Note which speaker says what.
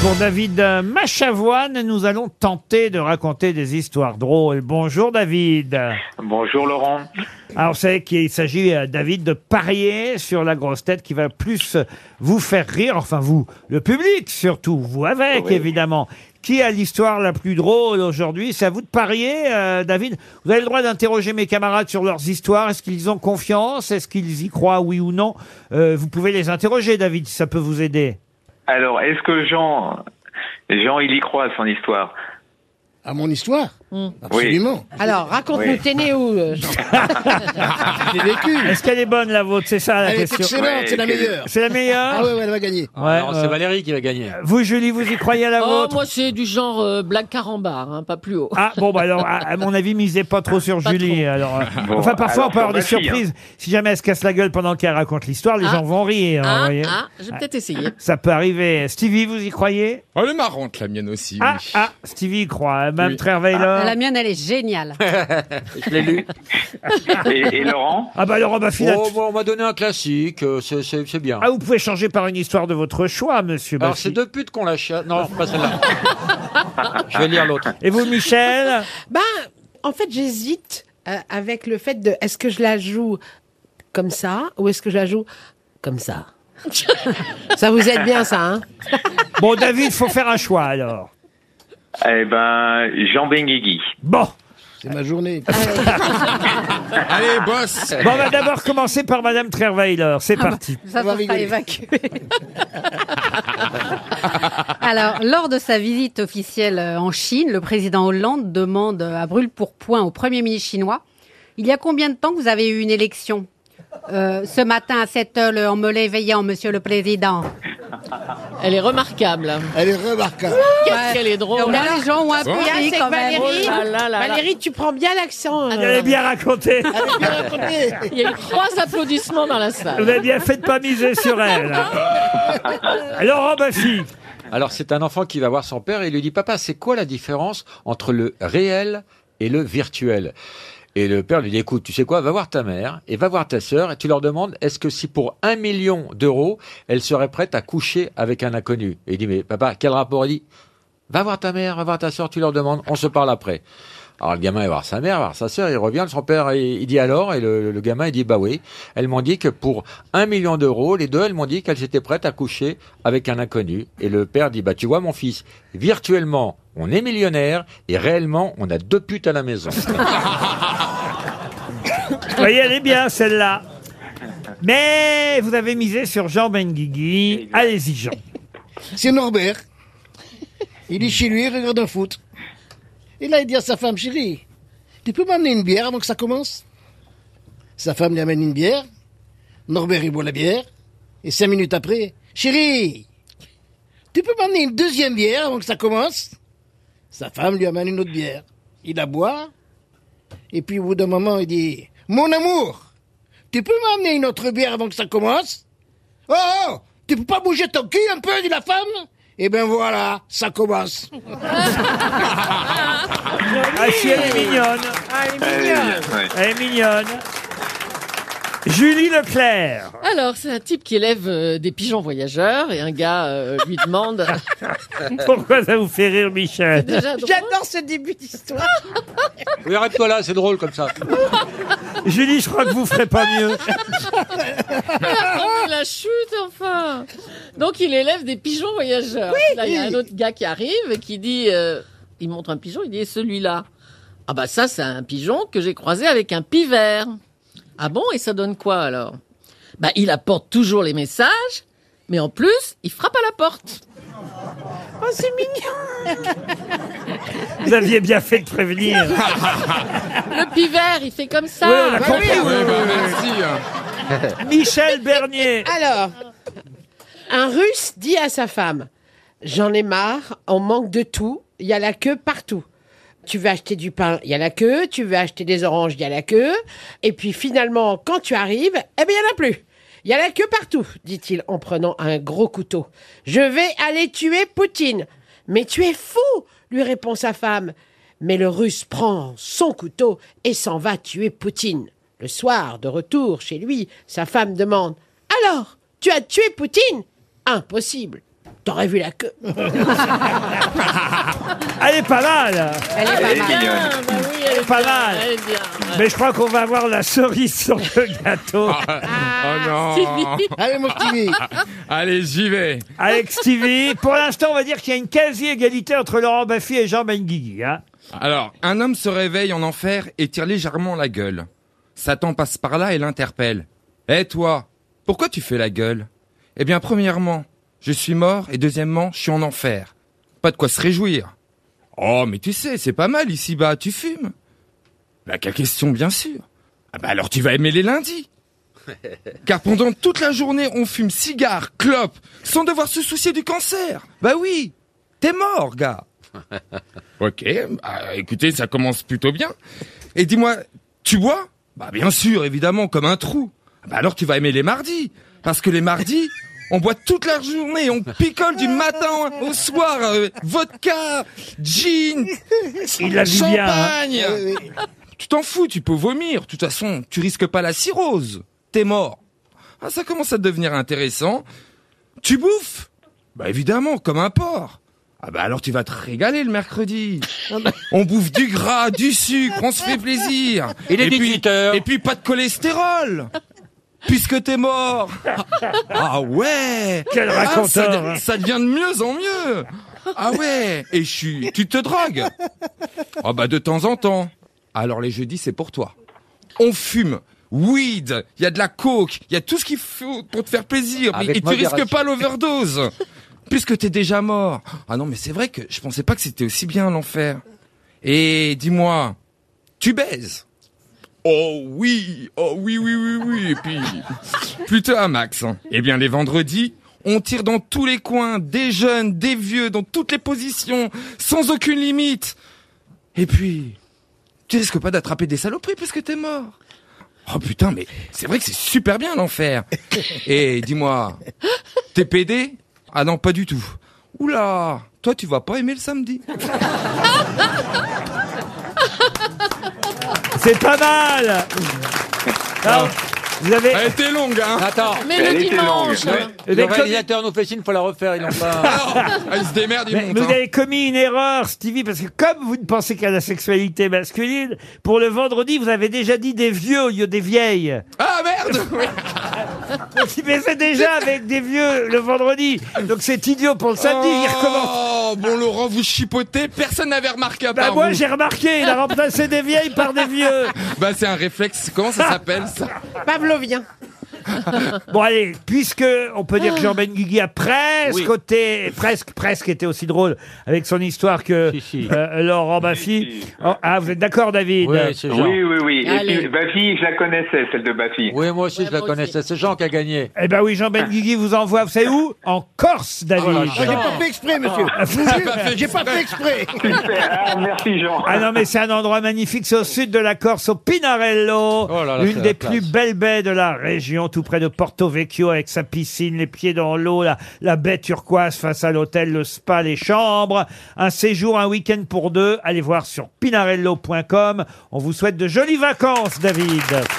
Speaker 1: Pour David Machavoine, nous allons tenter de raconter des histoires drôles. Bonjour David.
Speaker 2: Bonjour Laurent.
Speaker 1: Alors, vous savez qu'il s'agit, euh, David, de parier sur la grosse tête qui va plus euh, vous faire rire, enfin vous, le public surtout, vous avec
Speaker 2: Oui.
Speaker 1: évidemment. Qui a l'histoire la plus drôle aujourd'hui C'est à vous de parier, euh, David. Vous avez le droit d'interroger mes camarades sur leurs histoires. Est-ce qu'ils ont confiance Est-ce qu'ils y croient, oui ou non Euh, Vous pouvez les interroger, David, si ça peut vous aider.
Speaker 2: Alors, est-ce que Jean, Jean, il y croit à son histoire
Speaker 3: À mon histoire Absolument.
Speaker 4: Alors, raconte-nous,
Speaker 2: Hmm. Oui.
Speaker 4: t'es né où euh, Jean
Speaker 3: J'ai vécu.
Speaker 1: Est-ce qu'elle est bonne, la vôtre C'est ça la
Speaker 3: Elle est
Speaker 1: question.
Speaker 3: excellente, Ah, c'est la
Speaker 2: Ah, Ouais,
Speaker 3: meilleure.
Speaker 1: C'est la meilleure
Speaker 3: Ah ouais, ouais, elle va gagner.
Speaker 1: Ouais,
Speaker 5: Alors,
Speaker 1: euh,
Speaker 5: c'est Valérie qui va gagner.
Speaker 1: Vous, Julie, vous y croyez à la
Speaker 4: Oh,
Speaker 1: vôtre
Speaker 4: moi, c'est du genre euh, blague carambar, hein, pas plus haut.
Speaker 1: Ah bon bah alors à, à mon avis misez pas trop sur
Speaker 4: Pas
Speaker 1: Julie alors euh,
Speaker 2: Bon,
Speaker 1: enfin parfois
Speaker 2: alors,
Speaker 1: on peut avoir
Speaker 2: sur ma
Speaker 1: des
Speaker 2: fille, hein.
Speaker 1: surprises si jamais elle se casse la gueule pendant qu'elle raconte l'histoire les
Speaker 4: Ah.
Speaker 1: gens vont rire vous
Speaker 4: Ah,
Speaker 1: voyez.
Speaker 4: ah, je vais peut-être essayer.
Speaker 1: ça peut arriver Stevie vous y croyez
Speaker 6: Oh, elle est marrante, la mienne aussi.
Speaker 1: ah
Speaker 6: oui.
Speaker 1: ah Stevie y croit Mme
Speaker 6: Oui.
Speaker 4: Ah,
Speaker 1: Treveiller
Speaker 7: La mienne, elle est géniale.
Speaker 5: Je l'ai lu.
Speaker 2: Et, et Laurent
Speaker 1: ah bah Laurent Baffy là-
Speaker 5: Oh, bon, on m'a donné un classique, euh, c'est- c'est c'est bien.
Speaker 1: ah Bah, vous pouvez changer par une histoire de votre choix monsieur
Speaker 5: Alors,
Speaker 1: Baffy.
Speaker 5: c'est deux putes qu'on lâche. Non, pas celle-là. Je vais lire l'autre.
Speaker 1: et vous Michel
Speaker 4: Ben, en fait, j'hésite euh, avec le fait de est-ce que je la joue comme ça ou est-ce que je la joue comme ça Ça vous aide bien, ça, hein
Speaker 1: bon David faut faire un choix alors
Speaker 2: Eh ben, Jean Benguigui.
Speaker 1: bon
Speaker 3: C'est ma journée.
Speaker 2: Ah.
Speaker 6: Allez, boss
Speaker 1: bon on va d'abord commencer par Madame Treveiller c'est parti
Speaker 7: Ça,
Speaker 3: On va
Speaker 7: ça sera
Speaker 3: rigoler.
Speaker 7: évacué. Alors, lors de sa visite officielle euh, en Chine, le président Hollande demande euh, à brûle pour point au Premier ministre chinois Il y a combien de temps que vous avez eu une élection Euh, Ce matin à 7 heures, en me l'éveillant, monsieur le président.
Speaker 4: Elle est remarquable.
Speaker 3: Elle est remarquable.
Speaker 4: Qu'est-ce qu'elle est
Speaker 7: Donc
Speaker 4: drôle. Oh
Speaker 7: là, les gens ont un peu
Speaker 6: Bon.
Speaker 7: ri quand même.
Speaker 4: Valérie, Valérie, tu prends bien l'accent.
Speaker 3: Ah,
Speaker 4: euh,
Speaker 1: vous avez bien raconté
Speaker 4: Ah Il y a eu trois applaudissements dans la salle.
Speaker 1: Vous avez bien fait de pas miser sur elle. Laurent Baffy.
Speaker 5: Alors, c'est un enfant qui va voir son père et il lui dit Papa, c'est quoi la différence entre le réel et le virtuel Et le père lui dit Écoute, tu sais quoi Va voir ta mère et va voir ta sœur et tu leur demandes Est-ce que si pour un million d'euros, elle serait prête à coucher avec un inconnu Et il dit Mais papa, quel rapport Il dit Va voir ta mère, va voir ta sœur, tu leur demandes, on se parle après. Alors le gamin va voir sa mère, va voir sa sœur, il revient, son père il, il dit alors, et le, le gamin il dit bah oui, elles m'ont dit que pour un million d'euros, les deux elles m'ont dit qu'elles étaient prêtes à coucher avec un inconnu. Et le père dit bah tu vois mon fils, virtuellement on est millionnaire et réellement on a deux putes à la maison.
Speaker 1: Vous voyez, elle est bien celle-là. Mais vous avez misé sur Jean Benguigui. Allez-y, Jean.
Speaker 3: C'est Norbert. Il est chez lui, il regarde un foot. Et là, il dit à sa femme, chérie, tu peux m'amener une bière avant que ça commence Sa femme lui amène une bière. Norbert, il boit la bière. Et cinq minutes après, chérie, tu peux m'amener une deuxième bière avant que ça commence Sa femme lui amène une autre bière. Il la boit. Et puis, au bout d'un moment, il dit, mon amour, tu peux m'amener une autre bière avant que ça commence Oh, oh, tu peux pas bouger ton cul un peu, dit la femme Eh ben voilà, ça commence.
Speaker 1: Ah si, elle est mignonne.
Speaker 2: Elle est bien, Eh, ouais.
Speaker 1: Elle est mignonne. Julie Leclerc.
Speaker 4: Alors, c'est un type qui élève euh, des pigeons voyageurs et un gars euh, lui demande.
Speaker 1: Pourquoi ça vous fait rire, Michel
Speaker 4: Déjà drôle.
Speaker 7: ce début d'histoire.
Speaker 5: oui arrête-toi là, c'est drôle comme ça.
Speaker 1: Julie, je crois que vous ferez pas mieux.
Speaker 4: Oh, la chute, enfin Donc, il élève des pigeons voyageurs. Là, il y a un autre gars qui arrive et qui dit... euh, il montre un pigeon, il dit, et celui-là Ah bah ça, c'est un pigeon que j'ai croisé avec un pivert. Ah bon Et ça donne quoi, alors Bah, il apporte toujours les messages, mais en plus, il frappe à la porte.
Speaker 3: Oh,
Speaker 1: Vous aviez bien fait de prévenir.
Speaker 4: Le pivert, il fait comme ça
Speaker 1: Oui, on a compris.
Speaker 6: Ouais, bah, merci. hein.
Speaker 1: Michel Bernier.
Speaker 8: Alors, un Russe dit à sa femme J'en ai marre, on manque de tout, il y a la queue partout. Tu veux acheter du pain, il y a la queue, tu veux acheter des oranges, il y a la queue. Et puis finalement, quand tu arrives, eh bien, il n'y en a plus. Il y a la queue partout, dit-il en prenant un gros couteau. Je vais aller tuer Poutine. Mais tu es fou, lui répond sa femme. Mais le russe prend son couteau et s'en va tuer Poutine. Le soir, de retour chez lui, sa femme demande Alors, tu as tué Poutine Impossible. T'aurais vu la queue.
Speaker 1: Elle est pas mal
Speaker 7: Elle est pas
Speaker 2: Elle est
Speaker 7: mal.
Speaker 2: mignonne.
Speaker 4: Ah, bah oui, elle est
Speaker 1: Pas
Speaker 4: bien,
Speaker 1: mal.
Speaker 4: Elle est bien. ouais. Ah.
Speaker 1: Mais je crois qu'on va avoir la cerise sur le gâteau.
Speaker 6: oh non
Speaker 3: Allez, mon petit Vic.
Speaker 6: Allez, j'y vais.
Speaker 1: Avec Stevie, pour l'instant, on va dire qu'il y a une quasi-égalité entre Laurent Baffy et Jean Benguigui. Hein.
Speaker 6: Alors, un homme se réveille en enfer et tire légèrement la gueule. Satan passe par là et l'interpelle. Eh toi, pourquoi tu fais la gueule Eh bien, premièrement, je suis mort et deuxièmement, je suis en enfer. Pas de quoi se réjouir. Oh, mais tu sais, c'est pas mal ici-bas, tu fumes. Bah, quelle question, bien sûr. Ah bah alors tu vas aimer les lundis. Car pendant toute la journée, on fume cigare, clope, sans devoir se soucier du cancer. Bah oui, t'es mort, gars. Ok, bah, écoutez, ça commence plutôt bien. Et dis-moi, tu bois Bah bien sûr, évidemment, comme un trou. Bah alors tu vas aimer les mardis, parce que les mardis, on boit toute la journée, on picole du matin au soir, euh, vodka, gin,
Speaker 1: Il la vit bien. hein.
Speaker 6: champagne. Tu t'en fous, tu peux vomir. De toute façon, tu risques pas la cirrhose. T'es mort. Ah, ça commence à devenir intéressant. Tu bouffes Bah évidemment, comme un porc. Ah bah alors tu vas te régaler le mercredi. On bouffe du gras, du sucre, on se fait plaisir.
Speaker 5: Il est
Speaker 6: et puis,
Speaker 5: 18 heures.
Speaker 6: et puis pas de cholestérol. Puisque t'es mort. Ah ouais.
Speaker 1: Quel
Speaker 6: Ah, ça,
Speaker 1: raconteur,
Speaker 6: de-
Speaker 1: hein.
Speaker 6: ça devient de mieux en mieux. Ah ouais. Et je suis. Tu te drogues. Ah bah de temps en temps. Alors les jeudis, c'est pour toi. On fume. Weed, il y a de la coke, il y a tout ce qu'il faut pour te faire plaisir.
Speaker 5: Avec
Speaker 6: et tu
Speaker 5: modération.
Speaker 6: risques pas l'overdose. Puisque t'es déjà mort. Ah non, mais c'est vrai que je pensais pas que c'était aussi bien l'enfer. Et dis-moi, tu baises Oh oui, oh oui, oui, oui, oui. Et puis, plutôt à max. hein. Eh bien, les vendredis, on tire dans tous les coins, des jeunes, des vieux, dans toutes les positions, sans aucune limite. Et puis, tu risques pas d'attraper des saloperies puisque t'es mort. Oh putain, mais c'est vrai que c'est super bien l'enfer. Et dis-moi, t'es pédé Ah non, pas du tout. Oula, toi tu vas pas aimer le samedi.
Speaker 1: C'est pas mal
Speaker 6: Ah.
Speaker 1: Alors, Vous avez...
Speaker 6: Elle était longue, hein
Speaker 5: Attends,
Speaker 4: Mais
Speaker 2: Elle
Speaker 4: le
Speaker 2: était
Speaker 4: dimanche.
Speaker 2: longue.
Speaker 4: hein.
Speaker 1: Mais
Speaker 5: le
Speaker 1: comme-
Speaker 5: réalisateur nous fait signe, faut la refaire, ils l'ont pas.
Speaker 6: Ah, Il se démerde, il
Speaker 1: Mais
Speaker 6: monte.
Speaker 1: vous
Speaker 6: hein.
Speaker 1: avez commis une erreur, Stevie, parce que comme vous ne pensez qu'à la sexualité masculine, pour le vendredi, vous avez déjà dit des vieux au lieu des vieilles.
Speaker 6: Ah merde
Speaker 1: Donc il baisait déjà avec des vieux le vendredi. Donc c'est idiot pour le samedi, il recommence.
Speaker 6: Oh, Ah bon Laurent, vous chipotez, personne n'avait remarqué à part
Speaker 1: Bah moi
Speaker 6: vous.
Speaker 1: j'ai remarqué, il a remplacé des vieilles par des vieux.
Speaker 6: Bah c'est un réflexe, comment ça s'appelle ça
Speaker 8: Pavlovien.
Speaker 1: Bon allez, puisque on peut dire que Jean Benguigui a presque
Speaker 5: Oui.
Speaker 1: ôté- presque, presque était aussi drôle avec son histoire que
Speaker 5: Si, si.
Speaker 1: euh, Laurent
Speaker 2: Si,
Speaker 1: Baffy.
Speaker 2: si.
Speaker 1: Oh, ah vous êtes d'accord David
Speaker 5: Oui, c'est Jean.
Speaker 2: Oui, oui, oui. Et
Speaker 4: Allez.
Speaker 2: puis, Baffy, je la connaissais, celle de Baffy.
Speaker 5: Oui, moi aussi,
Speaker 4: Ouais,
Speaker 5: je la
Speaker 4: moi aussi.
Speaker 5: connaissais. C'est Jean qui a gagné.
Speaker 1: Eh ben oui, Jean Benguigui vous envoie, vous savez où En Corse, David.
Speaker 3: Ah, J'ai pas fait exprès, monsieur. Je vous jure, J'ai pas fait exprès.
Speaker 2: Super. Ah, merci, Jean.
Speaker 1: Ah non, mais c'est un endroit magnifique, c'est au sud de la Corse, au Pinarello,
Speaker 5: Oh là là,
Speaker 1: l'une
Speaker 5: c'est
Speaker 1: des
Speaker 5: la
Speaker 1: plus
Speaker 5: classe.
Speaker 1: belles baies de la région, tout près de Porto Vecchio, avec sa piscine, les pieds dans l'eau, la, la baie turquoise face à l'hôtel, le spa, les chambres. Un séjour, un week-end pour deux, allez voir sur pinarello.com. On vous souhaite de jolies vacances, David.